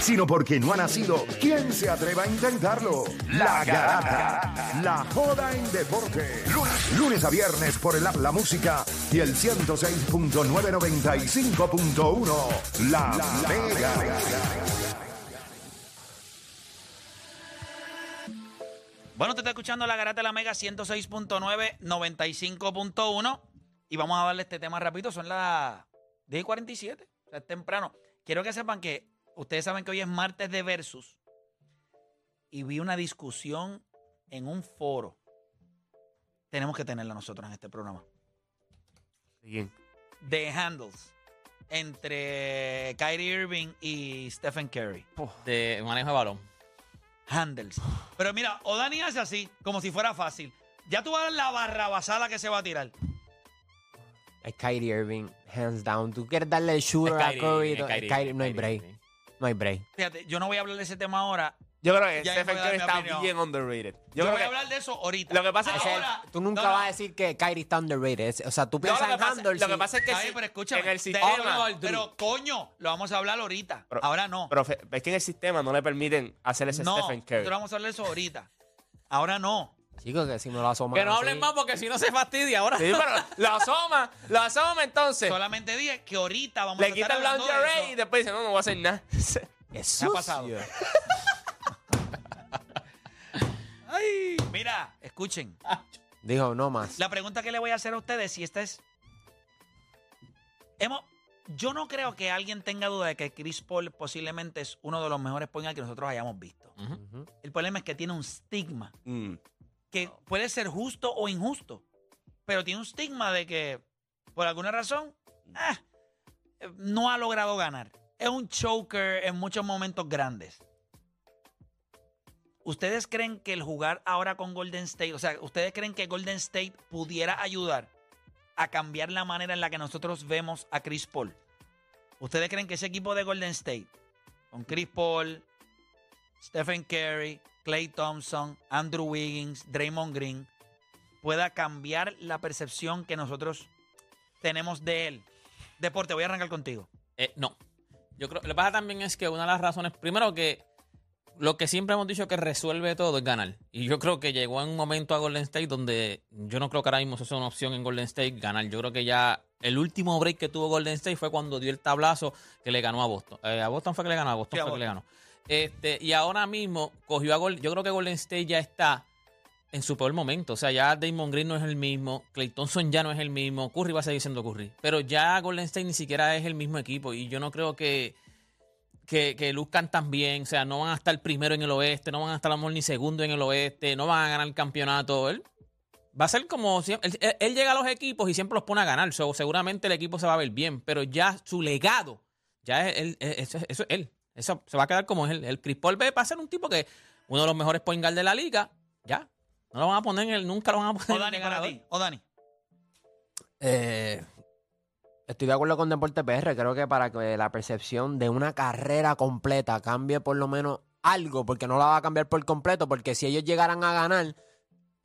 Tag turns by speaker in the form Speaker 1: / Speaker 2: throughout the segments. Speaker 1: sino porque no ha nacido, ¿quién se atreva a intentarlo? La Garata, la joda en deporte. Lunes, lunes a viernes por el app La Música y el 106.995.1 La Mega.
Speaker 2: Bueno, te está escuchando la Garata de la Mega 106.9, 95.1. Y vamos a darle este tema rapidito. Son las 10 y 47. O sea, es temprano. Quiero que sepan que ustedes saben que hoy es martes de Versus. Y vi una discusión en un foro. Tenemos que tenerla nosotros en este programa.
Speaker 3: Bien.
Speaker 2: De Handles. Entre Kyrie Irving y Stephen Curry.
Speaker 4: de manejo de balón.
Speaker 2: handles. Pero mira, O'Dani hace así, como si fuera fácil. Ya tú vas la barrabasada que se va a tirar.
Speaker 3: Es Kyrie Irving, hands down. Tú quieres darle el shooter
Speaker 4: Es
Speaker 3: a
Speaker 4: Kyrie,
Speaker 3: Curry.
Speaker 4: es
Speaker 3: no-
Speaker 4: Kyrie,
Speaker 3: Kyrie- no hay
Speaker 4: Kyrie,
Speaker 3: break.
Speaker 4: sí.
Speaker 3: No hay break.
Speaker 2: Fíjate, yo no voy a hablar de ese tema ahora.
Speaker 5: Yo creo que
Speaker 2: Ya yo
Speaker 5: Stephen
Speaker 2: voy a dar
Speaker 5: Curry
Speaker 2: mi
Speaker 5: está
Speaker 2: opinión.
Speaker 5: bien underrated.
Speaker 2: Yo,
Speaker 5: Yo, creo
Speaker 2: voy
Speaker 5: que
Speaker 2: a hablar de eso ahorita.
Speaker 5: lo que pasa es
Speaker 3: O sea,
Speaker 2: Ahora,
Speaker 3: tú nunca
Speaker 2: no, no.
Speaker 3: vas a decir que Kyrie está underrated. Es- O sea, tú
Speaker 5: No,
Speaker 3: piensas
Speaker 5: lo, que
Speaker 3: en
Speaker 5: pasa,
Speaker 3: handles.
Speaker 5: lo que
Speaker 3: y-
Speaker 5: pasa es que
Speaker 2: Está
Speaker 5: si-
Speaker 2: bien, pero escúchame.
Speaker 5: en el
Speaker 2: de-
Speaker 5: sistema,
Speaker 2: pero, coño, lo vamos a hablar ahorita.
Speaker 5: Pero-
Speaker 2: ahora no.
Speaker 5: profe, es que en el sistema no le permiten hacer ese
Speaker 2: no,
Speaker 5: Stephen Curry.
Speaker 2: nosotros vamos a hablar de eso ahorita. Ahora no.
Speaker 3: Chicos, que si no lo asoman.
Speaker 4: Que no
Speaker 3: así-
Speaker 4: hablen más porque si no se fastidia ahora.
Speaker 5: Sí, pero lo asoma, lo asoma entonces.
Speaker 2: Solamente dije que ahorita vamos
Speaker 5: Le
Speaker 2: a estar
Speaker 5: quita el
Speaker 2: hablando de
Speaker 5: lingerie y
Speaker 2: eso.
Speaker 5: después dice, no, no voy a hacer nada.
Speaker 3: Es
Speaker 2: Me ha
Speaker 3: sucio.
Speaker 2: pasado. Ay, mira, escuchen.
Speaker 3: Dijo, no más.
Speaker 2: La pregunta que le voy a hacer a ustedes, si esta es. Hemos- yo no creo que alguien tenga duda de que Chris Paul posiblemente es uno de los mejores point guard que nosotros hayamos visto.
Speaker 3: Ujú.
Speaker 2: El problema es que tiene un estigma
Speaker 5: Mm.
Speaker 2: que puede ser justo o injusto, pero tiene un estigma de que por alguna razón ah, no ha logrado ganar. Es un choker en muchos momentos grandes. ¿Ustedes creen que el jugar ahora con Golden State, o sea, ustedes creen que Golden State pudiera ayudar a cambiar la manera en la que nosotros vemos a Chris Paul? ¿Ustedes creen que ese equipo de Golden State, con Chris Paul, Stephen Curry, Clay Thompson, Andrew Wiggins, Draymond Green, pueda cambiar la percepción que nosotros tenemos de él. Deporte, voy a arrancar contigo.
Speaker 4: Eh, no. Yo creo, lo que pasa también es que una de las razones, primero que lo que siempre hemos dicho que resuelve todo es ganar. Y yo creo que llegó en un momento a Golden State donde yo no creo que ahora mismo eso sea una opción en Golden State ganar. Yo creo que ya el último break que tuvo Golden State fue cuando dio el tablazo que le ganó a Boston. Eh, a Boston fue que le ganó, a Boston
Speaker 2: Sí, a
Speaker 4: fue que le ganó. Este, y ahora mismo cogió a Golden Yo creo que Golden State ya está en su peor momento. O sea, ya Damon Green no es el mismo, Clay Thompson ya no es el mismo, Curry va a seguir siendo Curry. Pero ya Golden State ni siquiera es el mismo equipo y yo no creo que, que, que luzcan tan bien. O sea, no van a estar primero en el oeste, no van a estar a lo mejor ni segundo en el oeste, no van a ganar el campeonato. Él va a ser como... siem- Él, él- él llega a los equipos y siempre los pone a ganar. So, seguramente el equipo se va a ver bien, pero ya su legado, ya es él, es- eso, es- eso es él. Eso se va a quedar como es él. El Chris Paul va a ser un tipo que uno de los mejores point guard de la liga, ya. No lo van a poner en el, nunca lo van a poner
Speaker 2: O
Speaker 4: en
Speaker 2: Dani
Speaker 4: el
Speaker 2: para
Speaker 4: ganador.
Speaker 2: ti. O Dani.
Speaker 3: Eh, estoy de acuerdo con Deporte PR. Creo que para que la percepción de una carrera completa cambie por lo menos algo, porque no la va a cambiar por completo, porque si ellos llegaran a ganar,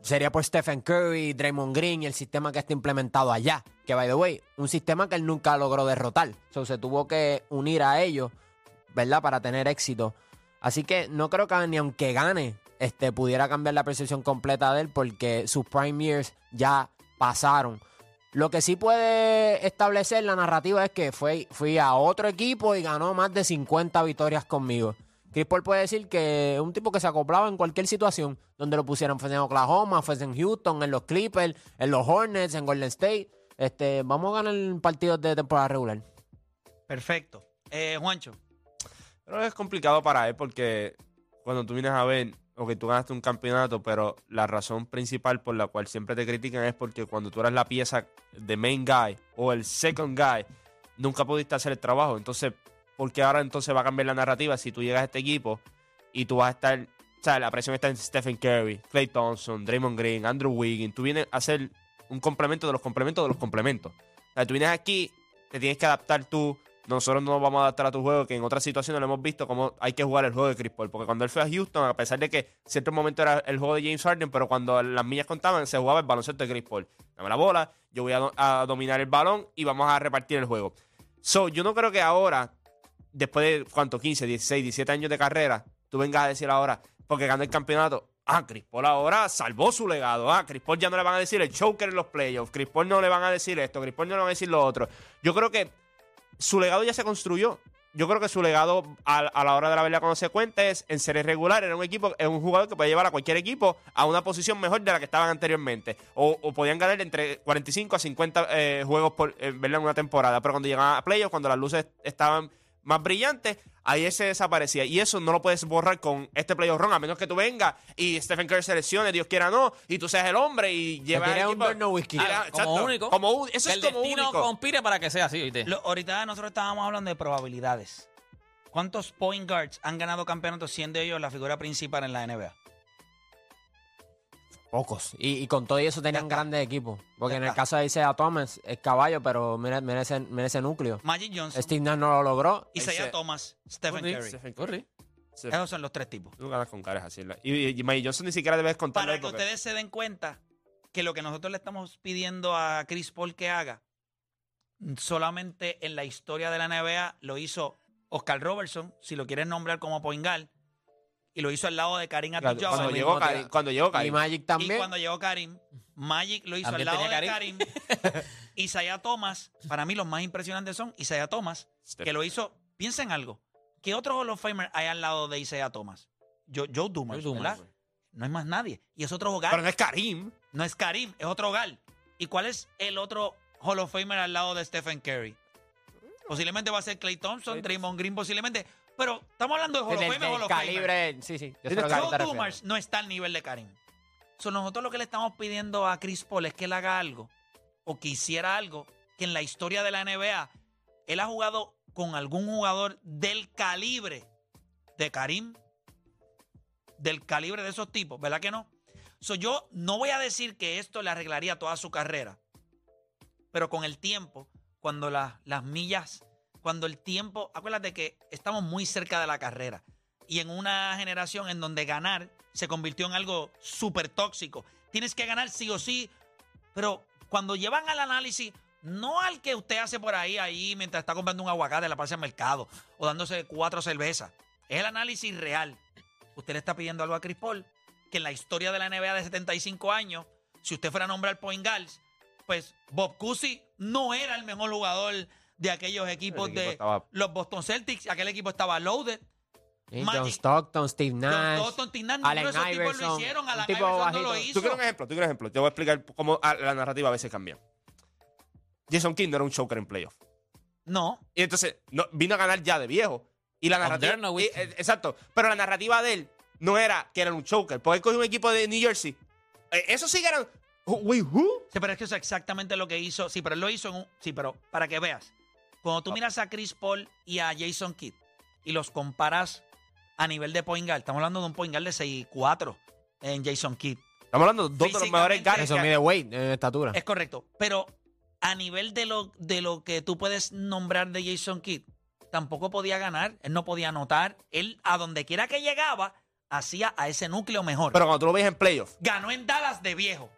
Speaker 3: sería por Stephen Curry, Draymond Green y el sistema que está implementado allá. Que, by the way, un sistema que él nunca logró derrotar. So, se tuvo que unir a ellos, ¿verdad?, para tener éxito. Así que no creo que ni aunque gane, este, pudiera cambiar la percepción completa de él, porque sus prime years ya pasaron. Lo que sí puede establecer la narrativa es que fue, fui a otro equipo y ganó más de 50 victorias conmigo. Chris Paul puede decir que es un tipo que se acoplaba en cualquier situación, donde lo pusieran fuese en Oklahoma, fuese en Houston, en los Clippers, en los Hornets, en Golden State. Este, vamos a ganar partidos de temporada regular.
Speaker 2: Perfecto. Eh, Juancho.
Speaker 5: Creo que es complicado para él porque cuando tú vienes a ver, o que tú ganaste un campeonato, pero la razón principal por la cual siempre te critican es porque cuando tú eras la pieza de main guy o el second guy, nunca pudiste hacer el trabajo. Entonces, ¿por qué ahora entonces va a cambiar la narrativa si tú llegas a este equipo y tú vas a estar, o sea, la presión está en Stephen Curry, Clay Thompson, Draymond Green, Andrew Wiggins, tú vienes a hacer un complemento de los complementos de los complementos. O sea, tú vienes aquí, te tienes que adaptar tú. Nosotros no nos vamos a adaptar a tu juego, que en otras situaciones lo hemos visto como hay que jugar el juego de Chris Paul. Porque cuando él fue a Houston, a pesar de que en cierto momento era el juego de James Harden, pero cuando las millas contaban, se jugaba el baloncesto de Chris Paul. Dame la bola, yo voy a, do- a dominar el balón y vamos a repartir el juego. So, yo no creo que ahora después de cuánto, 15, 16, 17 años de carrera, tú vengas a decir ahora, porque ganó el campeonato. Ah, Chris Paul ahora salvó su legado. Ah, Chris Paul ya no le van a decir el choker en los playoffs. Chris Paul no le van a decir esto. Chris Paul no le van a decir lo otro. Yo creo que su legado ya se construyó. Yo creo que su legado a, a la hora de la verdad cuando se cuenta es en ser irregular, era un equipo, es un jugador que puede llevar a cualquier equipo a una posición mejor de la que estaban anteriormente. O, o podían ganar entre 45 a 50 eh, juegos por, eh, ¿verdad? en una temporada. Pero cuando llegaban a playoffs, cuando las luces estaban más brillantes, ahí se desaparecía. Y eso no lo puedes borrar con este playoff run, a menos que tú vengas y Stephen Curry seleccione, Dios quiera no, y tú seas el hombre y
Speaker 4: Pues
Speaker 5: llevas
Speaker 3: tienes
Speaker 5: al
Speaker 3: un
Speaker 5: equipo-
Speaker 3: Dorno Whisky.
Speaker 5: Ah,
Speaker 4: Como
Speaker 5: exacto.
Speaker 4: único.
Speaker 5: Como un- eso
Speaker 4: Que
Speaker 5: es
Speaker 4: el
Speaker 5: como
Speaker 4: destino
Speaker 5: único.
Speaker 4: conspire para que sea así, ¿viste?
Speaker 2: Lo- ahorita nosotros estábamos hablando de probabilidades. ¿Cuántos point guards han ganado campeonatos siendo ellos la figura principal en la NBA?
Speaker 3: Pocos. Y, y con todo y eso tenían
Speaker 2: está.
Speaker 3: grandes equipos. Porque
Speaker 2: Ya
Speaker 3: en el
Speaker 2: está.
Speaker 3: caso de Isaiah Thomas, es caballo, pero mere- merece, merece núcleo.
Speaker 2: Magic Johnson,
Speaker 3: Steve Nash no lo logró.
Speaker 2: Isaiah
Speaker 5: Ese-
Speaker 2: Thomas, Stephen
Speaker 4: Curry,
Speaker 2: Curry.
Speaker 5: Stephen Curry.
Speaker 4: Curry.
Speaker 5: Se-
Speaker 2: Esos son los tres tipos.
Speaker 5: Tú ganas con caras así. la- Y, y, y Magic Johnson ni siquiera debes contarlo.
Speaker 2: Para que ustedes se den cuenta que lo que nosotros le estamos pidiendo a Chris Paul que haga, solamente en la historia de la NBA lo hizo Oscar Robertson, si lo quieres nombrar como Poingal, y lo hizo al lado de Karim
Speaker 5: Cuando, cuando
Speaker 2: Abdul-Jabbar.
Speaker 3: Ese
Speaker 5: llegó
Speaker 3: mismo
Speaker 5: Karim,
Speaker 3: día.
Speaker 5: cuando llegó
Speaker 3: Y
Speaker 5: Karim.
Speaker 3: Magic
Speaker 2: Y
Speaker 3: también.
Speaker 2: cuando llegó Karim, Magic lo hizo
Speaker 4: También
Speaker 2: al lado de
Speaker 4: tenía
Speaker 2: Karim. Isaiah Thomas, para mí los más impresionantes son Isaiah Thomas,
Speaker 5: este,
Speaker 2: que lo hizo, piensa en algo, ¿qué otros Hall of Famer hay al lado de Isaiah Thomas? Joe, Joe Dumas,
Speaker 4: Joe Dumas,
Speaker 2: ¿verdad?
Speaker 4: güey.
Speaker 2: No hay más nadie. Y es otro hogar.
Speaker 5: Pero no es Karim.
Speaker 2: No es Karim, es otro Gal. ¿Y cuál es el otro Hall of Famer al lado de Stephen Curry? Posiblemente va a ser Clay Thompson, Draymond Green, posiblemente. Pero estamos hablando de Hall
Speaker 3: Del-
Speaker 2: of
Speaker 3: del-
Speaker 2: Famer, Hall
Speaker 3: del
Speaker 2: Oh, of Famer.
Speaker 3: calibre. Sí, sí. Yo
Speaker 5: Del
Speaker 3: sé lo que tú
Speaker 2: Joe
Speaker 3: te
Speaker 2: Dumars
Speaker 3: refieres.
Speaker 2: no está al nivel de Karim. So, nosotros lo que le estamos pidiendo a Chris Paul es que él haga algo o que hiciera algo que en la historia de la NBA él ha jugado con algún jugador del calibre de Karim, del calibre de esos tipos, ¿verdad que no? So, yo no voy a decir que esto le arreglaría toda su carrera, pero con el tiempo, cuando la- las millas, cuando el tiempo, acuérdate que estamos muy cerca de la carrera y en una generación en donde ganar se convirtió en algo súper tóxico. Tienes que ganar sí o sí, pero cuando llevan al análisis, no al que usted hace por ahí, ahí mientras está comprando un aguacate en la plaza del mercado o dándose cuatro cervezas, es el análisis real. Usted le está pidiendo algo a Chris Paul, que en la historia de la NBA de 75 años, si usted fuera a nombrar point guards, pues Bob Cousy no era el mejor jugador de aquellos equipos
Speaker 5: equipo
Speaker 2: de
Speaker 5: estaba-
Speaker 2: los Boston Celtics, aquel equipo estaba loaded.
Speaker 3: Y
Speaker 2: Magic-
Speaker 3: John Stockton, Steve
Speaker 2: Los
Speaker 3: Nash.
Speaker 2: dos tontinas,
Speaker 3: Allen
Speaker 2: ninguno de esos tipos lo
Speaker 3: Iverson,
Speaker 2: hicieron.
Speaker 3: un
Speaker 2: Alan
Speaker 3: tipo
Speaker 2: Iverson no lo
Speaker 5: Tú
Speaker 3: bajito.
Speaker 5: quieres
Speaker 2: hizo.
Speaker 5: un ejemplo, tú quieres un ejemplo. Te voy a explicar cómo ah, la narrativa a veces cambia. Jason King no era un choker en playoff.
Speaker 2: No.
Speaker 5: Y entonces no, vino a ganar ya de viejo. Y la narrativa.
Speaker 4: Derno, güey.
Speaker 5: eh, eh, exacto. Pero la narrativa de él no era que era un choker. Porque él cogió un equipo de New Jersey. Eh, eso sí que eran. who- Wait, who?
Speaker 2: Sí, pero es que eso es exactamente lo que hizo. Sí, pero él lo hizo en un. Sí, pero para que veas. Cuando tú miras a Chris Paul y a Jason Kidd y los comparas a nivel de point guard, estamos hablando de un point guard de 6'4 en Jason Kidd.
Speaker 5: Estamos hablando de dos de los mejores
Speaker 2: Físicamente,
Speaker 5: gares.
Speaker 3: Eso mide weight eh, en estatura.
Speaker 2: Es correcto. Pero a nivel de lo, de lo que tú puedes nombrar de Jason Kidd, tampoco podía ganar, él no podía anotar. Él, a donde quiera que llegaba, hacía a ese núcleo mejor.
Speaker 5: Pero cuando tú lo ves en playoff,
Speaker 2: ganó en Dallas de viejo.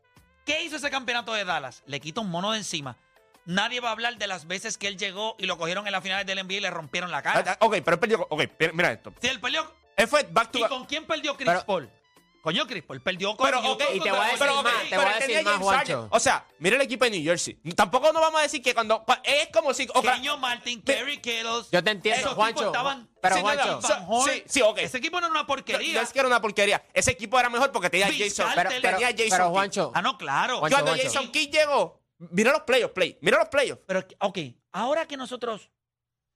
Speaker 2: ¿Qué hizo ese campeonato de Dallas? Le quita un mono de encima. Nadie va a hablar de las veces que él llegó y lo cogieron en las finales del NBA y le rompieron la
Speaker 5: Ah,
Speaker 2: cara.
Speaker 5: ah, Ok, pero él perdió. Ok, mira- mira esto.
Speaker 2: Sí, él perdió.
Speaker 5: Él fue back to
Speaker 2: ¿Y
Speaker 5: back.
Speaker 2: con quién perdió Chris
Speaker 3: Pero-
Speaker 2: Paul? Coño, Chris Paul perdió con
Speaker 5: Pero,
Speaker 2: Utah
Speaker 5: ok, y te
Speaker 2: contra
Speaker 5: voy a decir
Speaker 2: Golden
Speaker 5: más,
Speaker 2: State.
Speaker 5: te voy a
Speaker 3: Pero
Speaker 5: decir
Speaker 3: tenía
Speaker 5: más,
Speaker 3: James
Speaker 5: Harden.
Speaker 3: Harden.
Speaker 5: O sea, mira el equipo de New Jersey. Tampoco nos vamos a decir que cuando. pa- Es como si. o-
Speaker 2: Kenyon Martin, Kerry Kittles.
Speaker 3: Yo te entiendo,
Speaker 2: esos tipos
Speaker 3: Juancho,
Speaker 2: estaban-
Speaker 3: pero,
Speaker 2: Sí, no,
Speaker 3: Juancho.
Speaker 2: no, Van Horn.
Speaker 5: Sí, sí, ok.
Speaker 2: Ese equipo no era una
Speaker 5: No,
Speaker 2: porquería.
Speaker 5: no es que era una porquería. Ese equipo era mejor porque tenía a
Speaker 2: Vince
Speaker 5: Jason.
Speaker 2: Carter.
Speaker 5: tenía a
Speaker 3: pero,
Speaker 5: Jason
Speaker 3: pero
Speaker 5: Kidd.
Speaker 3: Juancho,
Speaker 2: Ah, no, claro.
Speaker 3: Juancho,
Speaker 5: Cuando
Speaker 3: Juancho.
Speaker 5: Jason Kidd llegó, mira los playoffs, play. Mira los playoffs.
Speaker 2: Pero, ok, ahora que nosotros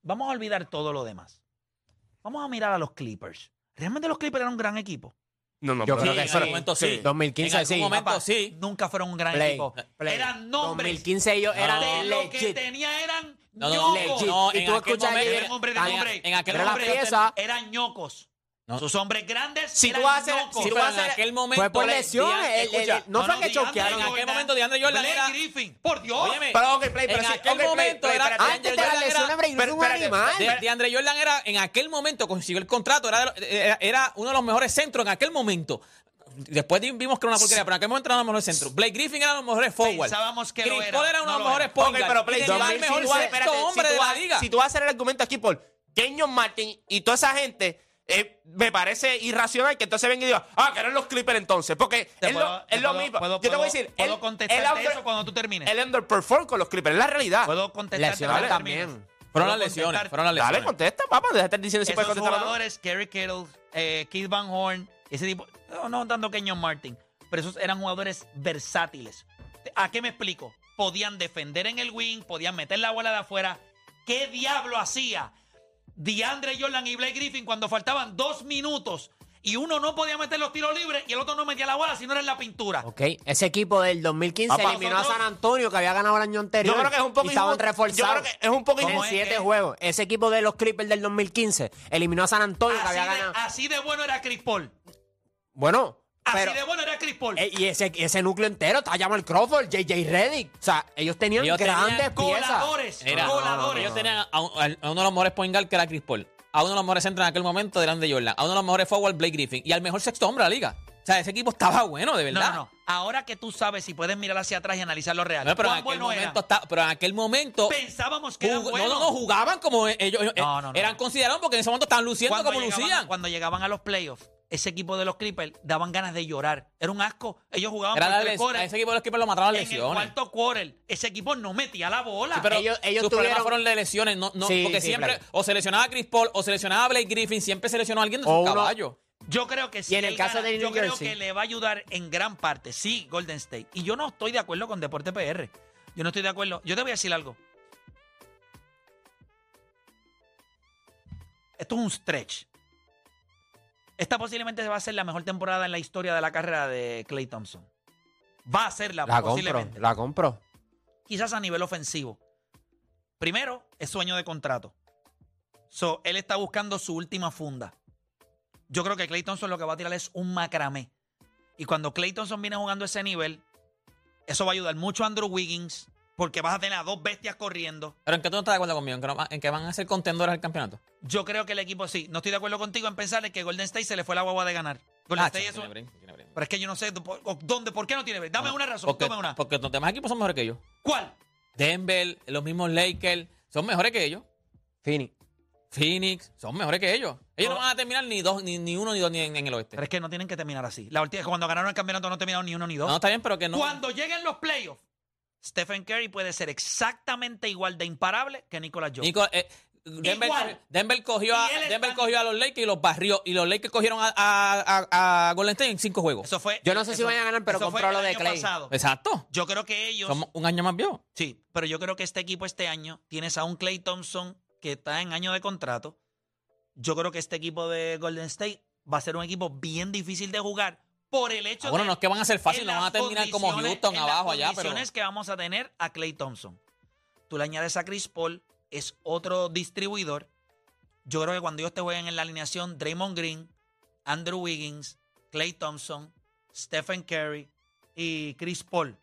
Speaker 2: vamos a olvidar todo lo demás, vamos a mirar a los Clippers. ¿Realmente los Clippers eran un gran equipo?
Speaker 5: No, no,
Speaker 3: Yo
Speaker 5: pero-
Speaker 3: creo
Speaker 4: Sí,
Speaker 3: que
Speaker 4: en
Speaker 3: sí.
Speaker 4: algún momento sí.
Speaker 3: 2015
Speaker 4: En algún
Speaker 3: sí.
Speaker 4: momento
Speaker 2: Papá,
Speaker 4: sí.
Speaker 2: Nunca fueron un gran
Speaker 3: Play,
Speaker 2: equipo.
Speaker 3: play.
Speaker 2: Eran nombres.
Speaker 3: 2015 ellos
Speaker 4: No,
Speaker 2: De
Speaker 3: eran
Speaker 2: lo que
Speaker 3: legit.
Speaker 2: tenía eran
Speaker 4: No, no,
Speaker 2: ñocos.
Speaker 3: legit.
Speaker 4: no,
Speaker 3: Y
Speaker 4: en
Speaker 3: tú
Speaker 4: aquel
Speaker 3: escuchas
Speaker 4: momento-
Speaker 2: Eran hombres de
Speaker 4: en-
Speaker 2: nombre.
Speaker 4: En aquel
Speaker 3: Era la
Speaker 4: momento.
Speaker 2: Hombres
Speaker 3: pieza.
Speaker 2: eran ñocos.
Speaker 4: No.
Speaker 2: Sus hombres grandes
Speaker 5: Si tú
Speaker 2: eran
Speaker 5: vas a hacer-
Speaker 2: ñocos.
Speaker 5: si tú
Speaker 4: pero
Speaker 5: vas a
Speaker 4: en
Speaker 5: hacer-
Speaker 4: aquel momento.
Speaker 3: Fue por
Speaker 4: de-
Speaker 3: lesión.
Speaker 4: de-
Speaker 3: el- el-
Speaker 4: escucha,
Speaker 3: no fue que
Speaker 2: DeAndre
Speaker 3: choquearon.
Speaker 4: en aquel
Speaker 2: Jordan,
Speaker 4: momento DeAndre Jordan
Speaker 2: Blake
Speaker 4: era-
Speaker 2: Griffin. Por Dios.
Speaker 4: Óyeme,
Speaker 5: Pero, ok, play, pero
Speaker 4: en
Speaker 5: sí,
Speaker 4: aquel
Speaker 5: ok, play,
Speaker 4: momento
Speaker 5: play,
Speaker 4: era
Speaker 5: espérate.
Speaker 4: DeAndre
Speaker 3: Antes de
Speaker 4: Jordan
Speaker 3: la
Speaker 4: era-
Speaker 3: lesión, hombre, y no
Speaker 5: Pero
Speaker 3: era un
Speaker 5: espérate,
Speaker 3: animal.
Speaker 4: De, de Andre Jordan era en aquel momento, consiguió el contrato, era, era, era uno de los mejores centros en aquel momento. Después di- vimos que era una porquería, pero en aquel momento era uno de los mejores centros. Blake Griffin era uno de los mejores forward.
Speaker 2: Pensábamos que
Speaker 4: Chris
Speaker 2: lo era,
Speaker 4: Paul era
Speaker 2: no
Speaker 4: uno de los
Speaker 2: lo
Speaker 4: mejores
Speaker 2: era.
Speaker 5: Ok,
Speaker 4: point guard.
Speaker 5: pero play,
Speaker 4: Y tenía el
Speaker 5: 2015,
Speaker 4: mejor sexto
Speaker 5: espérate, si
Speaker 4: hombre
Speaker 5: tú
Speaker 4: de la
Speaker 5: vas-
Speaker 4: liga.
Speaker 5: Si tú vas a hacer el argumento aquí por Kenyon Martin y toda esa gente, eh, me parece irracional que entonces venga y diga, ah, que eran los Clippers entonces. Porque
Speaker 2: Te
Speaker 5: es,
Speaker 2: puedo-
Speaker 5: lo,
Speaker 2: te
Speaker 5: es lo
Speaker 2: puedo-
Speaker 5: mismo.
Speaker 2: puedo-
Speaker 5: Yo te voy a
Speaker 2: puedo-
Speaker 5: decir,
Speaker 2: Puedo
Speaker 5: él-
Speaker 2: contestarte
Speaker 5: él under-
Speaker 2: eso cuando tú termines.
Speaker 5: él underperform con los Clippers, es la realidad.
Speaker 2: Puedo contestarte
Speaker 3: Lesiones
Speaker 2: cuando
Speaker 3: también.
Speaker 4: Fueron
Speaker 2: Puedo
Speaker 4: las lesiones,
Speaker 2: contestar.
Speaker 4: fueron las lesiones.
Speaker 5: Dale, contesta, papá, deja de estar diciendo si puedes
Speaker 2: eh. Esos
Speaker 5: contestar o no.
Speaker 2: jugadores, Kerry Kittle, eh, Keith Van Horn, ese tipo, no, no tanto Kenyon Martin, pero esos eran jugadores versátiles. ¿A qué me explico? Podían defender en el wing, podían meter la bola de afuera. ¿Qué diablo hacía DeAndre Jordan y Blake Griffin cuando faltaban dos minutos y uno no podía meter los tiros libres y el otro no metía la bola si no era en la pintura?
Speaker 3: Ok, ese equipo del 2015
Speaker 5: Papá,
Speaker 3: eliminó
Speaker 2: nosotros-
Speaker 3: a San Antonio que había ganado el año anterior.
Speaker 5: Yo creo que es un poco
Speaker 3: y estaban
Speaker 5: injusto.
Speaker 3: reforzados.
Speaker 5: Yo creo que es un poco
Speaker 3: en
Speaker 5: injusto.
Speaker 3: siete
Speaker 2: que-
Speaker 3: juegos. Ese equipo de los Clippers del 2015 eliminó a San Antonio que
Speaker 2: Así
Speaker 3: había
Speaker 2: de,
Speaker 3: ganado.
Speaker 2: así de bueno era Chris Paul.
Speaker 3: Bueno,
Speaker 2: Así
Speaker 3: pero
Speaker 2: de bueno era Chris Paul.
Speaker 3: eh, y ese, ese núcleo entero está Jamal Crawford, JJ Redick. O sea, ellos tenían
Speaker 4: Ellos tenían
Speaker 3: grandes piezas.
Speaker 2: Coladores.
Speaker 4: Era-
Speaker 2: coladores.
Speaker 4: Ellos tenían a, un- a uno de los mejores point guard que era Chris Paul. A uno de los mejores centros en aquel momento de de Jordan. A uno de los mejores forward Blake Griffin. Y al mejor sexto hombre de la liga. O sea, ese equipo estaba bueno, de
Speaker 2: No,
Speaker 4: verdad.
Speaker 2: no, no. Ahora que tú sabes si puedes mirar hacia atrás y analizar lo real.
Speaker 4: No, pero, en
Speaker 2: ¿Cuán
Speaker 4: aquel
Speaker 2: bueno era?
Speaker 4: momento está- pero en aquel momento.
Speaker 2: Pensábamos que eran
Speaker 4: jugó-
Speaker 2: buenos.
Speaker 4: No, no, no, jugaban como e-, ellos. ellos-
Speaker 2: No, no, no.
Speaker 4: Eran considerados porque en ese momento estaban luciendo
Speaker 2: cuando
Speaker 4: como
Speaker 2: llegaban,
Speaker 4: lucían.
Speaker 2: Cuando llegaban a los playoffs, ese equipo de los Clippers daban ganas de llorar. Era un asco. Ellos jugaban
Speaker 4: Era
Speaker 2: por
Speaker 4: la
Speaker 2: tres
Speaker 4: les-
Speaker 2: quarters.
Speaker 4: a ese equipo de los Clippers lo mataron las
Speaker 2: en el
Speaker 4: lesiones.
Speaker 2: cuarto quarter, ese equipo no metía la bola.
Speaker 4: Sí, pero
Speaker 3: Ellos- ellos
Speaker 4: sus problemas
Speaker 3: tuvieron-
Speaker 4: fueron de lesiones, no, no,
Speaker 3: Sí,
Speaker 4: porque
Speaker 3: sí,
Speaker 4: siempre
Speaker 3: claro.
Speaker 4: o seleccionaba a Chris Paul o seleccionaba a Blake Griffin, siempre seleccionó a alguien de sus
Speaker 3: O uno-
Speaker 4: caballos.
Speaker 2: Yo creo que sí.
Speaker 3: en el
Speaker 2: él
Speaker 3: caso de New
Speaker 2: yo creo
Speaker 3: Jersey.
Speaker 2: que le va a ayudar en gran parte. Sí, Golden State. Y yo no estoy de acuerdo con Deporte PR. Yo no estoy de acuerdo. Yo te voy a decir algo. Esto es un stretch. Esta posiblemente va a ser la mejor temporada en la historia de la carrera de Clay Thompson. Va a ser la,
Speaker 3: La compro,
Speaker 2: posiblemente.
Speaker 3: la compro.
Speaker 2: Quizás a nivel ofensivo. Primero, es sueño de contrato. So, él está buscando su última funda. Yo creo que Clay Thompson lo que va a tirar es un macramé. Y cuando Clay Thompson viene jugando ese nivel, eso va a ayudar mucho a Andrew Wiggins, porque vas a tener a dos bestias corriendo.
Speaker 4: Pero en qué tú no estás de acuerdo conmigo, en que, no va- en que van a ser contendores al campeonato.
Speaker 2: Yo creo que el equipo sí. No estoy de acuerdo contigo en pensar en que Golden State se le fue la guagua de ganar. Golden
Speaker 4: Ah,
Speaker 2: State
Speaker 4: chico,
Speaker 2: es
Speaker 4: tiene
Speaker 2: un-
Speaker 4: brinco, tiene brinco.
Speaker 2: Este, Pero es que yo no sé por- o- dónde, por qué no tiene. break. Dame una razón,
Speaker 4: Porque,
Speaker 2: dame una.
Speaker 4: porque los demás equipos son mejores que ellos.
Speaker 2: ¿Cuál?
Speaker 4: Denver, los mismos Lakers, son mejores que ellos.
Speaker 3: Fini.
Speaker 4: Phoenix, son mejores que ellos. Ellos no,
Speaker 2: No.
Speaker 4: van a terminar ni dos, ni, ni uno, ni dos, ni en, en el oeste.
Speaker 2: Pero es que no tienen que terminar así. La última, cuando ganaron el campeonato no terminaron ni uno ni dos.
Speaker 4: No, está bien, pero que no.
Speaker 2: Cuando lleguen los playoffs, Stephen Curry puede ser exactamente igual de imparable que Nicolas Jokic.
Speaker 4: Nico- eh, Denver,
Speaker 2: Igual.
Speaker 4: Denver cogió a,
Speaker 2: Y él está-
Speaker 4: Denver cogió a los Lakers y los barrió. Y los Lakers cogieron a, a- a- a Golden State en cinco juegos.
Speaker 2: Eso fue.
Speaker 3: Yo no sé si
Speaker 2: eso-
Speaker 3: vayan a ganar, pero
Speaker 2: eso fue
Speaker 3: compro
Speaker 2: el
Speaker 3: lo de
Speaker 2: año
Speaker 3: Clay.
Speaker 2: pasado.
Speaker 4: Exacto.
Speaker 2: Yo creo que ellos.
Speaker 4: Somos un año más viejos.
Speaker 2: Sí, pero yo creo que este equipo este año tienes a un Clay Thompson que está en año de contrato. Yo creo que este equipo de Golden State va a ser un equipo bien difícil de jugar por el hecho
Speaker 4: Ah, bueno,
Speaker 2: de
Speaker 4: no es que van a ser fácil, no van a terminar como Houston abajo allá,
Speaker 2: Las
Speaker 4: pero.
Speaker 2: condiciones que vamos a tener a Clay Thompson. Tú le añades a Chris Paul, es otro distribuidor. Yo creo que cuando ellos te jueguen en la alineación, Draymond Green, Andrew Wiggins, Clay Thompson, Stephen Curry y Chris Paul,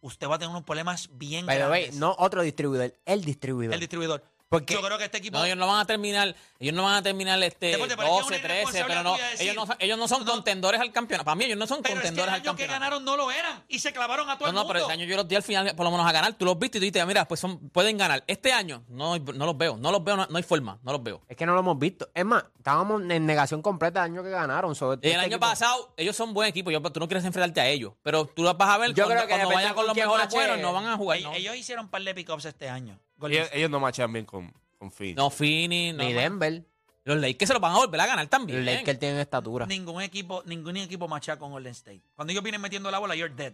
Speaker 2: usted va a tener unos problemas bien
Speaker 3: By the way,
Speaker 2: grandes.
Speaker 3: no otro distribuidor, el distribuidor.
Speaker 2: El distribuidor.
Speaker 3: Porque-
Speaker 2: Yo creo que este equipo.
Speaker 4: No, ellos no van a terminar, ellos no van a terminar este
Speaker 2: Deporte, pero es que es
Speaker 4: 12,
Speaker 2: una
Speaker 4: 13, pero no,
Speaker 2: irresponsabilidad tuya
Speaker 4: ellos no,
Speaker 2: decir-
Speaker 4: ellos no son
Speaker 2: No.
Speaker 4: contendores al campeonato. Para mí ellos no son
Speaker 2: pero es que el
Speaker 4: contendores al
Speaker 2: año que
Speaker 4: campeonato.
Speaker 2: ganaron no lo eran y se clavaron a todo
Speaker 4: No,
Speaker 2: el
Speaker 4: no,
Speaker 2: mundo.
Speaker 4: pero este año yo los di al final, por lo menos a ganar. Tú los viste y tú dijiste, mira, pues son, pueden ganar. Este año no, no los veo, no los veo, no, no hay forma, no los veo.
Speaker 3: Es que no lo hemos visto. Es más, estábamos en negación completa el año que ganaron. So,
Speaker 4: El
Speaker 3: este
Speaker 4: año
Speaker 3: equipo-
Speaker 4: pasado, ellos son buen equipo, yo, pero tú no quieres enfrentarte a ellos. Pero tú los vas a ver
Speaker 3: Yo
Speaker 4: cuando,
Speaker 3: creo que
Speaker 4: cuando
Speaker 3: depende
Speaker 4: vayan con
Speaker 3: con
Speaker 4: los
Speaker 3: quién
Speaker 4: mejores
Speaker 3: machee.
Speaker 4: buenos, no van a jugar.
Speaker 2: Ell-
Speaker 4: no.
Speaker 2: Ellos hicieron un par de pickups este año. Golden
Speaker 6: Ellos, ellos no machan bien con, con Phoenix.
Speaker 4: No, Phoenix, no.
Speaker 3: Ni Denver.
Speaker 4: Los Lakers se los van a volver a ganar también.
Speaker 3: Los Lakers tienen estatura.
Speaker 2: Ningún equipo, ningún equipo machea con Golden State. Cuando ellos vienen metiendo la bola, you're dead.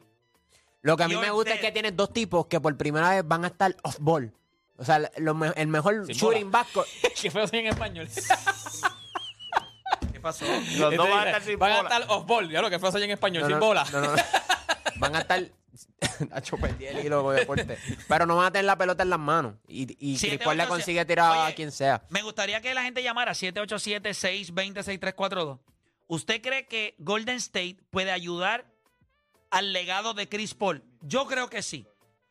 Speaker 3: Lo que a mí
Speaker 2: You're
Speaker 3: me gusta
Speaker 2: dead.
Speaker 3: es que tienes dos tipos que por primera vez van a estar off-ball. O sea, lo me- el mejor
Speaker 4: Sin
Speaker 3: shooting basket.
Speaker 4: ¿eh? que feo soy en español.
Speaker 2: ¿Qué pasó?
Speaker 6: Los dos
Speaker 4: Entonces,
Speaker 6: van a estar sin
Speaker 4: van a
Speaker 6: bola.
Speaker 4: estar off-ball. Ya lo que fue soy en español,
Speaker 3: No,
Speaker 4: sin
Speaker 3: no,
Speaker 4: bola.
Speaker 3: no, no, no. Van a estar. Nacho, perdí el hilo con deporte. Pero no van a tener la pelota en las manos. Y, y
Speaker 2: Siete,
Speaker 3: Chris Paul le
Speaker 2: ocho,
Speaker 3: consigue
Speaker 2: siete.
Speaker 3: tirar
Speaker 2: Oye.
Speaker 3: a quien sea.
Speaker 2: Me gustaría que la gente llamara 787-620-6342. ¿Usted cree que Golden State puede ayudar al legado de Chris Paul? Yo creo que sí.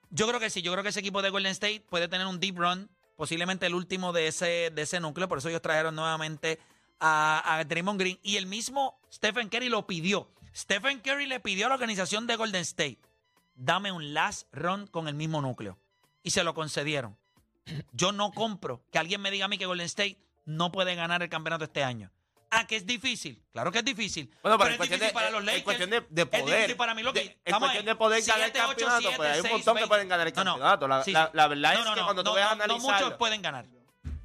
Speaker 2: Yo creo que sí. Yo creo que ese equipo de Golden State puede tener un deep run, posiblemente el último de ese, de ese núcleo. Por eso ellos trajeron nuevamente a, a Draymond Green. Y el mismo Stephen Curry lo pidió. Stephen Curry le pidió a la organización de Golden State, dame un last run con el mismo núcleo. Y se lo concedieron. Yo no compro que alguien me diga a mí que Golden State no puede ganar el campeonato este año. Ah, que es difícil. Claro que es difícil.
Speaker 5: Bueno, pero en
Speaker 2: es
Speaker 5: cuestión
Speaker 2: difícil
Speaker 5: de-
Speaker 2: para
Speaker 5: en-
Speaker 2: los
Speaker 5: en
Speaker 2: Lakers.
Speaker 5: cuestión de- de
Speaker 2: Es difícil
Speaker 5: poder,
Speaker 2: para Milwaukee.
Speaker 5: de- en
Speaker 2: Estamos
Speaker 5: cuestión
Speaker 2: ahí.
Speaker 5: de poder ganar el
Speaker 2: Siete, ocho,
Speaker 5: campeonato,
Speaker 2: siete,
Speaker 5: pues hay un
Speaker 2: seis,
Speaker 5: montón que
Speaker 2: veinte.
Speaker 5: pueden ganar el
Speaker 2: No, no.
Speaker 5: campeonato. La-
Speaker 2: Sí,
Speaker 5: la-
Speaker 2: sí.
Speaker 5: la verdad
Speaker 2: No,
Speaker 5: es
Speaker 2: no,
Speaker 5: que
Speaker 2: no,
Speaker 5: cuando tú
Speaker 2: no,
Speaker 5: ves
Speaker 2: no,
Speaker 5: a
Speaker 2: No muchos
Speaker 5: analizarlo-
Speaker 2: pueden ganar.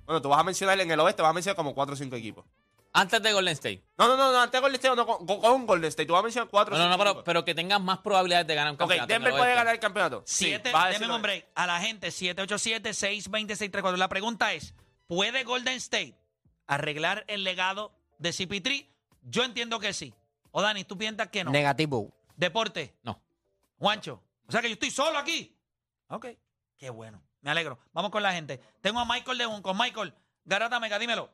Speaker 5: Bueno, tú vas a mencionar en el oeste, vas a mencionar como 4 o 5 equipos.
Speaker 4: Antes de Golden State.
Speaker 5: No, no, no, no, antes de Golden State, no, con, con Golden State. Tú vas a mencionar 4
Speaker 4: No, no, no, pero, pero que tengas más probabilidades de ganar un
Speaker 5: Ok,
Speaker 4: campeonato. este. en
Speaker 5: Denver
Speaker 4: el
Speaker 5: puede
Speaker 4: oeste.
Speaker 5: ganar el campeonato.
Speaker 2: Siete,
Speaker 5: vas a
Speaker 2: deme
Speaker 5: decirlo.
Speaker 2: un break. A la gente, 787-620-634. La pregunta es, ¿puede Golden State arreglar el legado de CP3? Yo entiendo que sí. O Dani, ¿tú piensas que no?
Speaker 3: Negativo.
Speaker 2: Deporte.
Speaker 4: No.
Speaker 2: Juancho. O sea que yo estoy solo aquí. Ok. Qué bueno. Me alegro. Vamos con la gente. Tengo a Michael de Junco. Michael, Garata Mega, dímelo.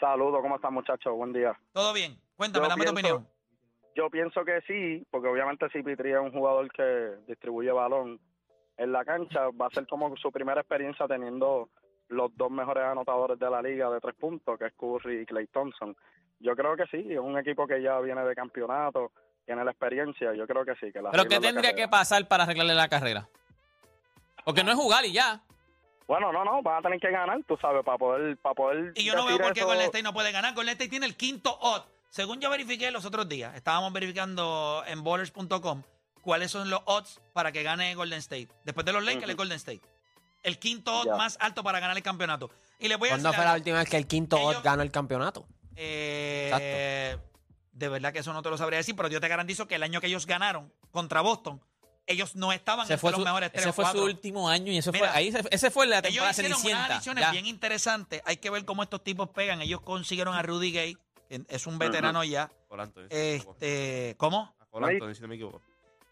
Speaker 7: Saludos, ¿cómo están muchachos? Buen día.
Speaker 2: Todo bien. Cuéntame,
Speaker 7: Yo
Speaker 2: dame tu
Speaker 7: pienso-
Speaker 2: opinión.
Speaker 7: Yo pienso que sí, porque obviamente Cipitri es un jugador que distribuye balón en la cancha. Va a ser como su primera experiencia teniendo los dos mejores anotadores de la liga de tres puntos, que es Curry y Clay Thompson. Yo creo que sí, es un equipo que ya viene de campeonato, tiene la experiencia, yo creo que sí. Que la
Speaker 4: Pero
Speaker 7: arregla
Speaker 4: ¿qué
Speaker 7: en la
Speaker 4: tendría que
Speaker 7: carrera.
Speaker 4: pasar para arreglarle la carrera? Porque no es jugar y ya.
Speaker 7: Bueno, no, no, van a tener que ganar, tú sabes, para poder... Para poder
Speaker 2: Y yo no veo
Speaker 7: decir
Speaker 2: por qué este-
Speaker 7: eso.
Speaker 2: Golden State no puede ganar. Golden State tiene el quinto odd. Según yo verifiqué los otros días, estábamos verificando en bowlers.com cuáles son los odds para que gane Golden State. Después de los Lakers,
Speaker 7: Ujú.
Speaker 2: el Golden State. El quinto odd
Speaker 7: Ya.
Speaker 2: más alto para ganar el campeonato. Y les voy
Speaker 4: Pues
Speaker 2: a
Speaker 3: ¿Cuándo
Speaker 2: decir
Speaker 3: fue
Speaker 2: algo.
Speaker 3: la última vez que el quinto
Speaker 2: Ellos-
Speaker 3: odd ganó el campeonato?
Speaker 2: Eh, de verdad que eso no te lo sabría decir, pero yo te garantizo que el año que ellos ganaron contra Boston, ellos no estaban
Speaker 4: Se
Speaker 2: entre
Speaker 4: fue
Speaker 2: los
Speaker 4: su,
Speaker 2: mejores tres
Speaker 4: ese
Speaker 2: o
Speaker 4: fue su
Speaker 2: cuatro.
Speaker 4: último año y eso
Speaker 2: Mira,
Speaker 4: fue, ahí se- ese fue la
Speaker 2: Ellos
Speaker 4: temporada
Speaker 2: hicieron unas
Speaker 4: cenicienta.
Speaker 2: adiciones
Speaker 4: ya.
Speaker 2: bien interesantes. Hay que ver cómo estos tipos pegan. Ellos consiguieron a Rudy Gay, que es un veterano ya.
Speaker 6: Col Anthony, si no me equivoco.
Speaker 2: Este, ¿Cómo?
Speaker 6: A Col Anthony, si no me equivoco.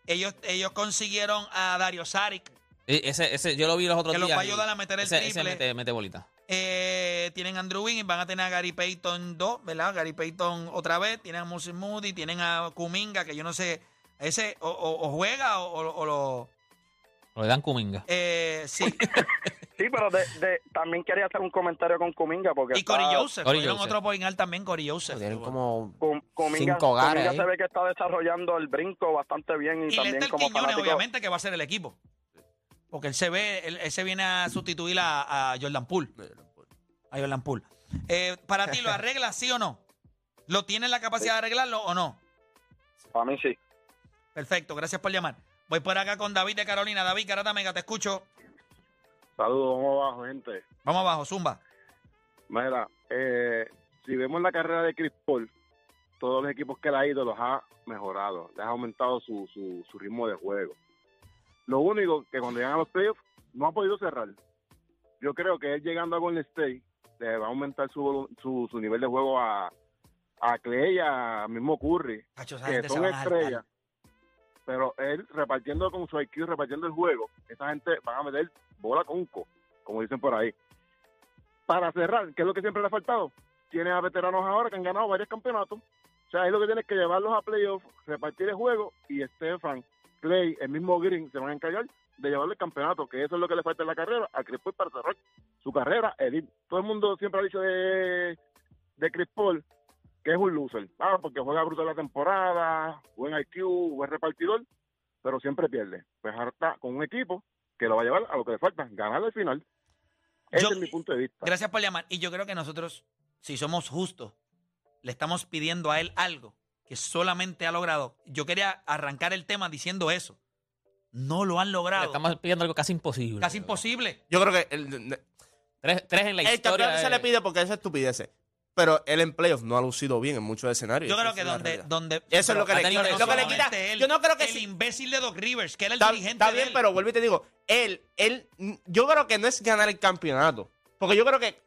Speaker 2: Ellos, ellos consiguieron a Dario Saric,
Speaker 4: Eh, Ese, ese, yo lo vi los otros
Speaker 2: que los
Speaker 4: días.
Speaker 2: va a
Speaker 4: y
Speaker 2: ayudar a meter el
Speaker 4: ese, ese
Speaker 2: triple.
Speaker 4: mete, mete bolita.
Speaker 2: Eh, tienen a Andrew Wiggins, van a tener a Gary Payton 2, ¿verdad? Gary Payton otra vez, tienen a Moses Moody, tienen a Kuminga, que yo no sé, ese o, o- o juega o, o- o lo...
Speaker 4: Lo le dan Cuminga.
Speaker 2: eh, sí,
Speaker 7: Sí, pero de, de- también quería hacer un comentario con Kuminga, porque...
Speaker 2: y Cory
Speaker 7: está-
Speaker 2: Joseph,
Speaker 4: Corey
Speaker 2: tuvieron
Speaker 4: Joseph.
Speaker 2: otro point guard también, Cory Joseph.
Speaker 3: Tienen como
Speaker 7: Com- Cominga,
Speaker 3: Cinco hogares
Speaker 7: Cominga
Speaker 3: ahí.
Speaker 7: se ve que está desarrollando el brinco bastante bien y,
Speaker 2: Y
Speaker 7: también
Speaker 2: Lester
Speaker 7: como
Speaker 2: Quiñones,
Speaker 7: fanático.
Speaker 2: obviamente, que va a ser el equipo. Porque él se ve, él, él se viene a sustituir a, a Jordan Poole. A Jordan Poole. Eh, Para ti, ¿lo arregla sí o no? ¿Lo tiene la capacidad de arreglarlo o no?
Speaker 7: Para mí sí.
Speaker 2: Perfecto, gracias por llamar. Voy por acá con David de Carolina. David, Carata Mega, te escucho.
Speaker 8: Saludos, ¿cómo bajo, gente?
Speaker 2: Vamos abajo, Zumba.
Speaker 8: Mira, eh, si vemos la carrera de Chris Paul, todos los equipos que él ha ido los ha mejorado, les ha aumentado su, su, su ritmo de juego. Lo único que cuando llegan a los playoffs no ha podido cerrar. Yo creo que él llegando a Golden State le va a aumentar su, volu- su, su nivel de juego a, a Clay, a mismo Curry,
Speaker 2: Cacho, esa
Speaker 8: que
Speaker 2: gente se
Speaker 8: son
Speaker 2: van a jaltar.
Speaker 8: estrellas. Pero él repartiendo con su IQ, repartiendo el juego, esa gente van a meter bola con co, como dicen por ahí. Para cerrar, que es lo que siempre le ha faltado, tiene a veteranos ahora que han ganado varios campeonatos. O sea, es lo que tiene es que llevarlos a playoffs, repartir el juego y Stefan, Clay, el mismo Green se van a encargar de llevarle el campeonato, que eso es lo que le falta en la carrera, a Chris Paul para cerrar su carrera. elite. Todo el mundo siempre ha dicho de, de Chris Paul que es un loser. Ah, porque juega bruto la temporada, buen IQ, buen repartidor, pero siempre pierde. Pues ahora está con un equipo que lo va a llevar a lo que le falta, ganar al final. Ese
Speaker 2: Yo-
Speaker 8: es mi punto de vista.
Speaker 2: Gracias por llamar. Y yo creo que nosotros, si somos justos, le estamos pidiendo a él algo que solamente ha logrado. Yo quería arrancar el tema diciendo eso. No lo han
Speaker 4: Le
Speaker 2: logrado.
Speaker 4: estamos pidiendo algo casi imposible.
Speaker 2: Casi imposible.
Speaker 5: Yo creo que el,
Speaker 4: Tres, tres en la
Speaker 5: el
Speaker 4: historia.
Speaker 5: campeonato se
Speaker 4: de-
Speaker 5: le pide porque eso es estupidez. Pero él en playoffs no ha lucido bien en muchos escenarios.
Speaker 2: Yo creo
Speaker 5: Esa
Speaker 2: que
Speaker 5: es la
Speaker 2: donde,
Speaker 5: realidad.
Speaker 2: donde
Speaker 5: Eso es
Speaker 2: pero
Speaker 5: lo que le
Speaker 2: ha tenido
Speaker 5: quita-
Speaker 2: no
Speaker 5: lo que le
Speaker 2: solamente
Speaker 5: quita.
Speaker 2: él,
Speaker 5: Yo no creo que
Speaker 2: el
Speaker 5: sí.
Speaker 2: imbécil de Doc Rivers, que era el
Speaker 5: Está,
Speaker 2: dirigente
Speaker 5: está
Speaker 2: de
Speaker 5: bien,
Speaker 2: él.
Speaker 5: pero vuelvo y te digo, él, él, mm, yo creo que no es ganar el campeonato. Porque yo creo que,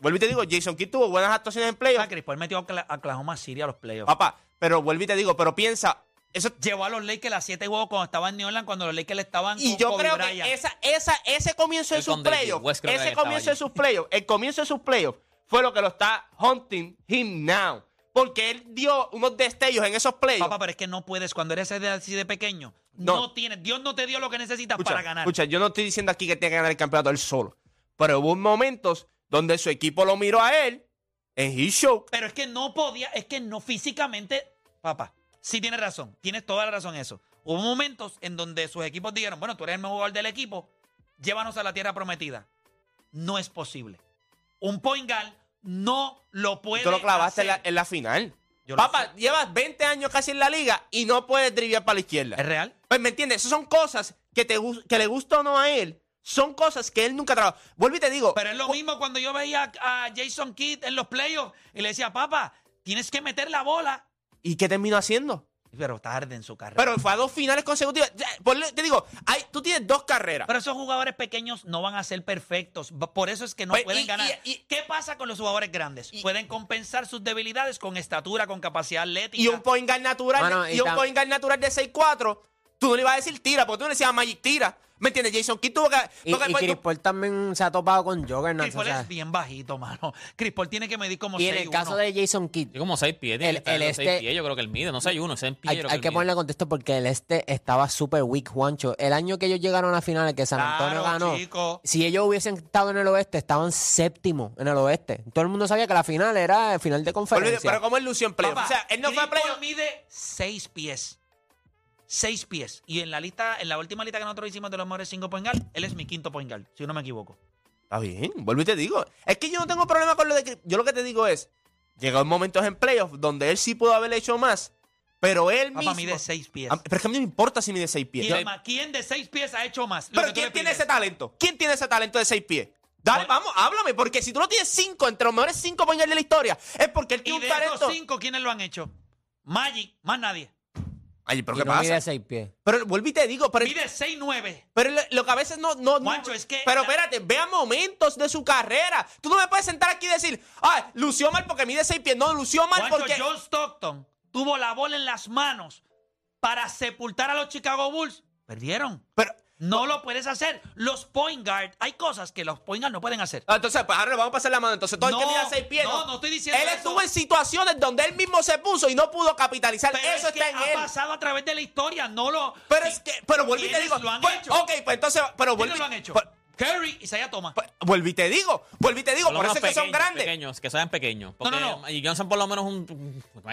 Speaker 5: vuelvo y te digo, Jason Kidd tuvo buenas actuaciones en
Speaker 2: Ah,
Speaker 5: playoffs,
Speaker 2: Chris Paul metió a Cla- a Oklahoma City a los playoffs.
Speaker 5: papá. Pero vuelvo y te digo, pero piensa, eso
Speaker 2: Llevó a los Lakers a siete juegos cuando estaban en New Orleans, cuando los Lakers estaban
Speaker 5: Y
Speaker 2: con
Speaker 5: yo
Speaker 2: Kobe
Speaker 5: creo
Speaker 2: Bryant.
Speaker 5: que esa, esa, ese comienzo de
Speaker 4: El
Speaker 5: sus
Speaker 4: Thunder King,
Speaker 5: playoffs,
Speaker 4: West creo que
Speaker 5: ese
Speaker 4: estaba
Speaker 5: comienzo de
Speaker 4: allí.
Speaker 5: sus playoffs, el comienzo de sus playoffs fue lo que lo está hunting him now. Porque él dio unos destellos en esos playoffs.
Speaker 2: Papá, pero es que no puedes. Cuando eres de- así de pequeño, no,
Speaker 5: No.
Speaker 2: tienes. Dios no te dio lo que necesitas
Speaker 5: escucha,
Speaker 2: para ganar.
Speaker 5: escucha, yo no estoy diciendo aquí que tiene que ganar el campeonato él solo. Pero hubo momentos donde su equipo lo miró a él en his show.
Speaker 2: Pero es que no podía, es que no físicamente. Papá, sí tienes razón. Tienes toda la razón en eso. Hubo momentos en donde sus equipos dijeron: Bueno, tú eres el mejor jugador del equipo, llévanos a la tierra prometida. No es posible. Un point guard no lo puede
Speaker 5: Tú lo clavaste en la,
Speaker 2: hacer.
Speaker 5: en la final.
Speaker 2: Yo lo
Speaker 5: Papá,
Speaker 2: sé.
Speaker 5: llevas 20 años casi en la liga y no puedes driviar para la izquierda.
Speaker 2: ¿Es real?
Speaker 5: Pues me entiendes, esas son cosas que, te, gus- que le gusta o no a él. Son cosas que él nunca trabajó. Vuelvo y te digo,
Speaker 2: Pero es lo mismo cuando yo veía a Jason Kidd en los playoffs y le decía, papá, tienes que meter la bola.
Speaker 5: ¿y qué terminó haciendo?
Speaker 2: Pero tarde en su carrera.
Speaker 5: Pero fue a dos finales consecutivas. Ya, ponle- Te digo, hay, tú tienes dos carreras.
Speaker 2: Pero esos jugadores pequeños no van a ser perfectos. Va- Por eso es que no
Speaker 5: Pues,
Speaker 2: pueden
Speaker 5: y-
Speaker 2: ganar.
Speaker 5: y- y-
Speaker 2: ¿Qué pasa con los jugadores grandes?
Speaker 5: Y-
Speaker 2: pueden compensar sus debilidades con estatura, con capacidad atlética.
Speaker 5: y un point guard natural,
Speaker 3: Mano,
Speaker 5: y,
Speaker 3: y
Speaker 5: un
Speaker 3: tam-
Speaker 5: point guard natural de 6'4, tú no le ibas a decir tira, porque tú no le decías a Magic tira. ¿Me entiendes? Jason Kidd tuvo que...
Speaker 3: Y,
Speaker 5: tuvo que-
Speaker 3: y
Speaker 5: pues,
Speaker 3: Chris
Speaker 5: tú-
Speaker 3: Paul también se ha topado con Juggernauts.
Speaker 2: Chris
Speaker 3: O
Speaker 2: Paul
Speaker 3: sea,
Speaker 2: es bien bajito, mano. Chris Paul tiene que medir como
Speaker 3: y en
Speaker 2: 6'1".
Speaker 3: el caso de Jason Kidd,
Speaker 4: Yo como 6 pies.
Speaker 3: El-
Speaker 4: El,
Speaker 3: el este-
Speaker 4: pies, yo creo que él mide. No sé, uno, seis pies.
Speaker 3: hay,
Speaker 4: yo creo
Speaker 3: hay que
Speaker 4: él mide.
Speaker 3: ponerle contexto porque el este estaba súper weak, Juancho. El año que ellos llegaron a la final, el que San Antonio
Speaker 2: Claro,
Speaker 3: ganó,
Speaker 2: chico.
Speaker 3: si ellos hubiesen estado en el oeste, estaban séptimo en el oeste. Todo el mundo sabía que la final era el final de
Speaker 5: Pero,
Speaker 3: conferencia.
Speaker 5: pero como él lució en playoff.
Speaker 2: Papá,
Speaker 5: O sea, él no fue a
Speaker 2: Chris
Speaker 5: playoff.
Speaker 2: Paul mide 6 pies. 6 pies. Y en la lista, en la última lista que nosotros hicimos de los mejores 5 point guard, él es mi quinto point guard, si no me equivoco.
Speaker 5: Está bien, vuelvo y te digo. Es que yo no tengo problema con lo de que. Yo lo que te digo es. Llegó momentos en playoffs donde él sí pudo haber hecho más. Pero él
Speaker 2: Papá
Speaker 5: mismo.
Speaker 2: mide 6 pies.
Speaker 5: Ah, Pero es que a mí no me importa si mide seis pies.
Speaker 2: ¿Quién,
Speaker 5: Yo-
Speaker 2: más? ¿Quién de 6 pies ha hecho más? Lo que
Speaker 5: pero
Speaker 2: tú
Speaker 5: ¿quién
Speaker 2: le
Speaker 5: tiene
Speaker 2: pides.
Speaker 5: ese talento? ¿Quién tiene ese talento de seis pies? Dale,
Speaker 2: Bueno.
Speaker 5: vamos, háblame. Porque si tú no tienes cinco entre los mejores cinco puñales de la historia, es porque él
Speaker 2: Y
Speaker 5: tiene
Speaker 2: de
Speaker 5: un
Speaker 2: esos
Speaker 5: talento.
Speaker 2: 5, ¿quiénes lo han hecho? Magic, más nadie.
Speaker 5: Ay, pero
Speaker 3: Y
Speaker 5: ¿qué
Speaker 3: no mide
Speaker 5: pasa?
Speaker 3: seis pies.
Speaker 5: Pero vuelvo y te digo. Pero,
Speaker 2: Mide 6'9".
Speaker 5: pero lo, lo que a veces no. no, no-
Speaker 2: Guacho, es que-
Speaker 5: pero espérate, vea momentos de su carrera. Tú no me puedes sentar aquí y decir. Ah, lució mal porque mide seis pies. No, lució mal
Speaker 2: Guacho,
Speaker 5: porque.
Speaker 2: John Stockton tuvo la bola en las manos para sepultar a los Chicago Bulls. Perdieron.
Speaker 5: Pero,
Speaker 2: No lo puedes hacer. Los point guard, hay cosas que los point guard no pueden hacer.
Speaker 5: Ah, Entonces, pues ahora le vamos a pasar la mano. Entonces, todo el
Speaker 2: No,
Speaker 5: que mide seis pies.
Speaker 2: no, no estoy diciendo
Speaker 5: Él
Speaker 2: eso.
Speaker 5: estuvo en situaciones donde él mismo se puso y no pudo capitalizar.
Speaker 2: Pero
Speaker 5: eso
Speaker 2: es que
Speaker 5: está en
Speaker 2: ha
Speaker 5: él.
Speaker 2: pasado a través de la historia, no lo.
Speaker 5: Pero
Speaker 2: sí,
Speaker 5: es que, pero vuelvo y te
Speaker 2: ¿quiénes
Speaker 5: digo.
Speaker 2: lo han
Speaker 5: pues,
Speaker 2: hecho?
Speaker 5: Ok, pues entonces, pero
Speaker 2: ¿Quiénes
Speaker 5: vuelvo y-
Speaker 2: lo han hecho?
Speaker 5: pues,
Speaker 2: Curry y Saya Thomas.
Speaker 5: pues, vuelvo y te digo. Vuelvo y te digo.
Speaker 4: Por lo
Speaker 5: Por eso es
Speaker 4: menos
Speaker 5: que son
Speaker 4: pequeños,
Speaker 5: grandes.
Speaker 4: Pequeños, que sean pequeños.
Speaker 2: No,
Speaker 4: Porque
Speaker 2: no, no.
Speaker 4: Y Johnson por lo menos un...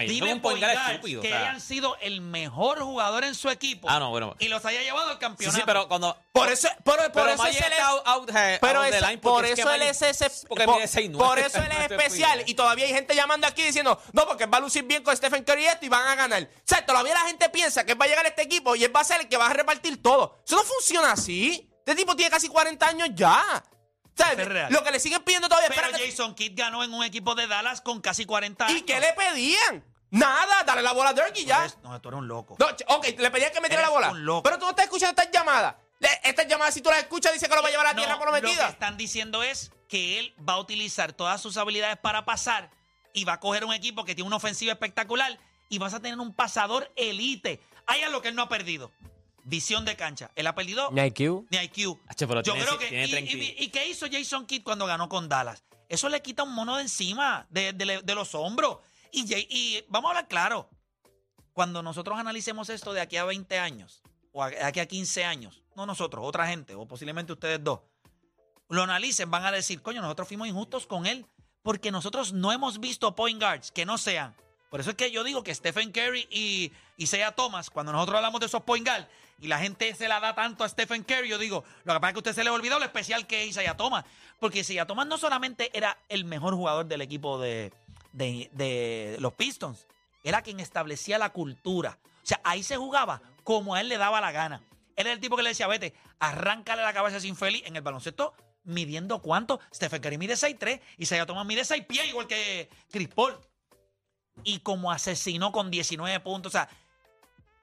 Speaker 2: Dime
Speaker 4: un point
Speaker 2: point
Speaker 4: guard
Speaker 2: guards
Speaker 4: estúpido. o
Speaker 2: que
Speaker 4: sea.
Speaker 2: hayan sido el mejor jugador en su equipo
Speaker 4: Ah, no, bueno.
Speaker 2: y los haya llevado al
Speaker 4: Sí,
Speaker 2: campeonato.
Speaker 4: sí, pero cuando...
Speaker 5: Por eso, por, por
Speaker 4: pero
Speaker 5: eso
Speaker 4: Magic
Speaker 5: es el
Speaker 4: está out, out, eh,
Speaker 5: Pero
Speaker 4: out the
Speaker 5: esa-
Speaker 4: line porque
Speaker 5: por
Speaker 4: es que
Speaker 5: eso él
Speaker 4: Magic-
Speaker 5: es ese.
Speaker 4: Porque
Speaker 5: por,
Speaker 4: mide 6'9".
Speaker 5: por eso él es
Speaker 4: Esto
Speaker 5: especial.
Speaker 4: estúpido.
Speaker 5: Y todavía hay gente llamando aquí diciendo, no, porque él va a lucir bien con Stephen Curry y esto y van a ganar. O sea, todavía la gente piensa que él va a llegar a este equipo y él va a ser el que va a repartir todo. Eso no funciona así. Este tipo tiene casi 40 años ya. O sea,
Speaker 2: Eso es real.
Speaker 5: lo que le siguen pidiendo todavía
Speaker 2: Pero
Speaker 5: espera que-
Speaker 2: Jason Kidd ganó en un equipo de Dallas con casi 40 años.
Speaker 5: ¿Y qué le pedían? Nada, dale la bola a Dirk y
Speaker 2: Tú
Speaker 5: ya.
Speaker 2: eres- No, tú eres un loco.
Speaker 5: No, ch- ok, le pedían que metiera la
Speaker 2: Eres
Speaker 5: bola.
Speaker 2: un loco.
Speaker 5: Pero tú no estás escuchando estas llamadas. Le- Estas llamadas, si tú las escuchas, dice que lo va a llevar a la
Speaker 2: Eh, No,
Speaker 5: tierra
Speaker 2: Lo que
Speaker 5: prometida.
Speaker 2: están diciendo es que él va a utilizar todas sus habilidades para pasar y va a coger un equipo que tiene una ofensiva espectacular y vas a tener un pasador elite. Hay algo que él no ha perdido. Visión de cancha. Él ha perdido
Speaker 3: Ni IQ.
Speaker 2: ni IQ.
Speaker 4: Hacho, pero
Speaker 2: Yo
Speaker 4: tiene-
Speaker 2: creo que.
Speaker 4: tiene
Speaker 2: y,
Speaker 4: 30
Speaker 2: y- y qué hizo Jason Kidd cuando ganó con Dallas? Eso le quita un mono de encima, de, de- de los hombros. Y, Jay- y vamos a hablar claro. Cuando nosotros analicemos esto de aquí a 20 años, o a- de aquí a 15 años, no nosotros, otra gente, o posiblemente ustedes dos, lo analicen, van a decir, coño, nosotros fuimos injustos con él, porque nosotros no hemos visto point guards que no sean. Por eso es que yo digo que Stephen Curry y, y Sea Thomas, cuando nosotros hablamos de esos point guards, y la gente se la da tanto a Stephen Curry, yo digo, lo que pasa es que a usted se le olvidó lo especial que es Isaiah Thomas. Porque Isaiah Thomas no solamente era el mejor jugador del equipo de, de- de los Pistons, era quien establecía la cultura. O sea, ahí se jugaba como a él le daba la gana. Él era el tipo que le decía, vete, arráncale la cabeza sin infeliz en el baloncesto, midiendo cuánto. Stephen Curry mide 6'3", Isaiah Thomas mide 6 pies, igual que Chris Paul. Y como asesinó con 19 puntos, o sea,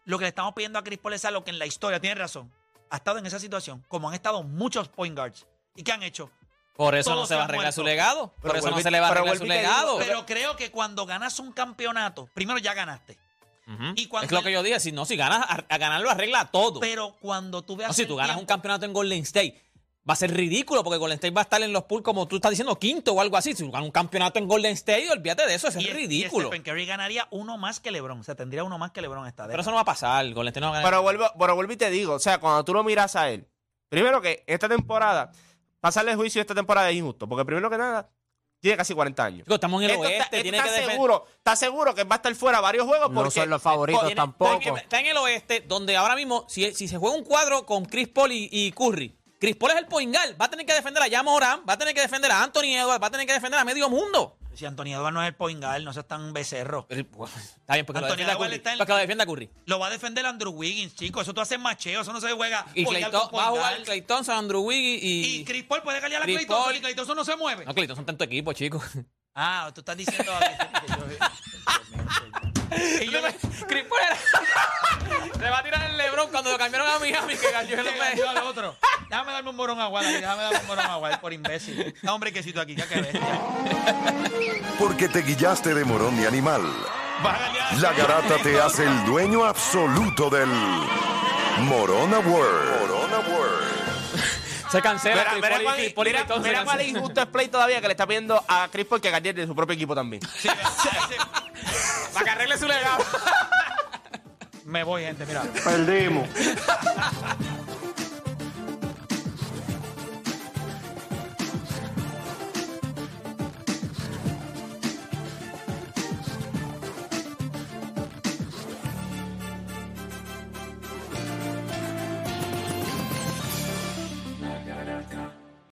Speaker 2: lo que le estamos pidiendo a Chris Paul es algo que en la historia, tiene razón, ha estado en esa situación, como han estado muchos point guards. ¿Y qué han hecho?
Speaker 4: Por eso
Speaker 2: Todos
Speaker 4: no se
Speaker 2: se
Speaker 4: va a
Speaker 2: han
Speaker 4: arreglar su
Speaker 2: muerto.
Speaker 4: legado. Por
Speaker 5: Pero
Speaker 4: eso
Speaker 5: vuelve-
Speaker 4: no se le va a
Speaker 5: pero
Speaker 4: arreglar su
Speaker 5: vuelve y te
Speaker 4: legado.
Speaker 5: digo,
Speaker 2: Pero creo que cuando ganas un campeonato, primero ya ganaste,
Speaker 4: Ujú.
Speaker 2: y cuando
Speaker 4: es lo
Speaker 2: el-
Speaker 4: que yo dije. Si no, si ganas, a, a ganarlo arregla todo.
Speaker 2: pero cuando tú veas...
Speaker 4: No, si
Speaker 2: el
Speaker 4: Ah, tú ganas un
Speaker 2: tiempo-
Speaker 4: campeonato en Golden State, va a ser ridículo porque Golden State va a estar en los pools como tú estás diciendo, quinto o algo así. Si tú ganas un campeonato en Golden State, olvídate de eso, eso
Speaker 2: y-
Speaker 4: es ridículo.
Speaker 2: Y Stephen Curry ganaría uno más que LeBron, o sea, tendría uno más que LeBron esta
Speaker 4: Pero
Speaker 2: década.
Speaker 4: eso no va a pasar. Golden State no va a ganar.
Speaker 5: Pero vuelvo, pero vuelvo y te digo, o sea, cuando tú lo miras a él, primero que esta temporada, pasarle juicio esta temporada es injusto, porque primero que nada, tiene casi 40 años.
Speaker 4: Chico, estamos en el
Speaker 5: Esto
Speaker 4: oeste,
Speaker 5: está,
Speaker 2: este,
Speaker 5: esto
Speaker 4: tiene
Speaker 5: está
Speaker 4: que defender.
Speaker 5: seguro, está seguro que va a estar fuera varios juegos
Speaker 3: No
Speaker 5: porque
Speaker 3: son los favoritos
Speaker 5: porque-
Speaker 3: tampoco.
Speaker 4: Porque está en el oeste, donde ahora mismo, si, si se juega un cuadro con Chris Paul y, y Curry, Chris Paul es el poingal. Va a tener que defender a Jamoran, va a tener que defender a Anthony Edwards, va a tener que defender a medio mundo.
Speaker 2: Si Antonio Edwards no es el point guard, no seas tan becerro.
Speaker 4: Pero, bueno, está bien, porque lo
Speaker 2: Anthony
Speaker 4: defienda
Speaker 2: Edwards
Speaker 4: Curry.
Speaker 2: está en-
Speaker 4: Porque lo defienda Curry.
Speaker 2: Lo va a defender Andrew Wiggins, chicos. Eso tú haces macheo, eso no se juega.
Speaker 4: Y
Speaker 2: point
Speaker 4: Clay
Speaker 2: guard
Speaker 4: Thon-
Speaker 2: con
Speaker 4: va a
Speaker 2: point
Speaker 4: jugar
Speaker 2: guard.
Speaker 4: Clay Thompson, Andrew Wiggins y...
Speaker 2: Y Chris Paul puede callar a
Speaker 4: Chris
Speaker 2: Clay Thompson
Speaker 4: Paul.
Speaker 2: y Clay Thompson no se mueve.
Speaker 4: No, Clay Thompson tanto equipo, chicos.
Speaker 2: Ah, tú estás diciendo. Y yo-
Speaker 4: Chris Paul era- Se va a tirar el Lebron cuando lo cambiaron a Miami, que ganó el
Speaker 2: Le
Speaker 4: hombre.
Speaker 2: ganó al otro. Déjame darme un morón a Guadal, déjame darme un morón a Guadal por imbécil. Da un brequecito aquí, ya que ves.
Speaker 1: Porque te guillaste de morón de animal. La garata te hace el dueño absoluto del Morona World. Morona World.
Speaker 4: Se cancela.
Speaker 5: Mira,
Speaker 4: Chris
Speaker 5: mira
Speaker 4: Paul y-
Speaker 5: cuál-
Speaker 4: Chris Paul y
Speaker 5: mira-
Speaker 4: Clay Thompson
Speaker 5: mira
Speaker 4: se
Speaker 5: cuál
Speaker 4: cancelan.
Speaker 5: injusto es play todavía que le está pidiendo a Chris Paul que gane de su propio equipo también.
Speaker 4: Para que arregle su legado.
Speaker 2: Me voy, gente, mira.
Speaker 9: Perdimos.